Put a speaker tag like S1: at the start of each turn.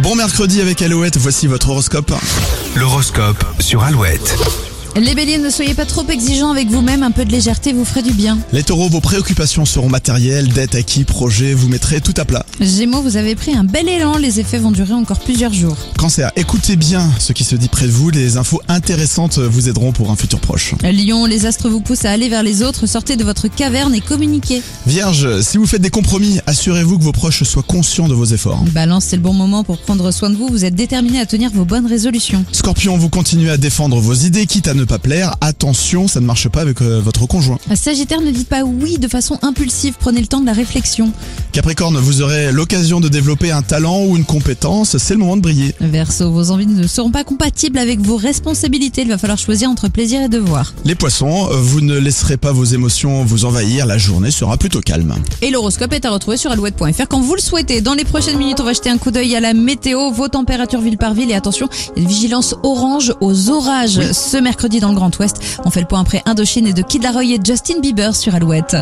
S1: Bon mercredi avec Alouette, voici votre horoscope.
S2: L'horoscope sur Alouette.
S3: Les béliers, ne soyez pas trop exigeants avec vous-même, un peu de légèreté vous ferait du bien.
S1: Les taureaux, vos préoccupations seront matérielles, dettes, acquis, projets, vous mettrez tout à plat.
S3: Gémeaux, vous avez pris un bel élan, les effets vont durer encore plusieurs jours.
S1: Cancer, écoutez bien ce qui se dit près de vous, les infos intéressantes vous aideront pour un futur proche.
S3: Lion, les astres vous poussent à aller vers les autres, sortez de votre caverne et communiquez.
S1: Vierge, si vous faites des compromis, assurez-vous que vos proches soient conscients de vos efforts.
S3: Balance, c'est le bon moment pour prendre soin de vous, vous êtes déterminé à tenir vos bonnes résolutions.
S1: Scorpion, vous continuez à défendre vos idées, quitte à ne pas plaire. Attention, ça ne marche pas avec euh, votre conjoint.
S3: Sagittaire, ne dites pas oui de façon impulsive, prenez le temps de la réflexion.
S1: Capricorne, vous aurez l'occasion de développer un talent ou une compétence, c'est le moment de briller.
S3: Verseau, vos envies ne seront pas compatibles avec vos responsabilités, il va falloir choisir entre plaisir et devoir.
S1: Les poissons, euh, vous ne laisserez pas vos émotions vous envahir, la journée sera plutôt calme.
S3: Et l'horoscope est à retrouver sur alouette.fr quand vous le souhaitez. Dans les prochaines minutes, on va jeter un coup d'œil à la météo, vos températures ville par ville et attention, il y a une vigilance orange aux orages ce mercredi dans le Grand Ouest. On fait le point après Indochine et de Kid Laroi et Justin Bieber sur Alouette.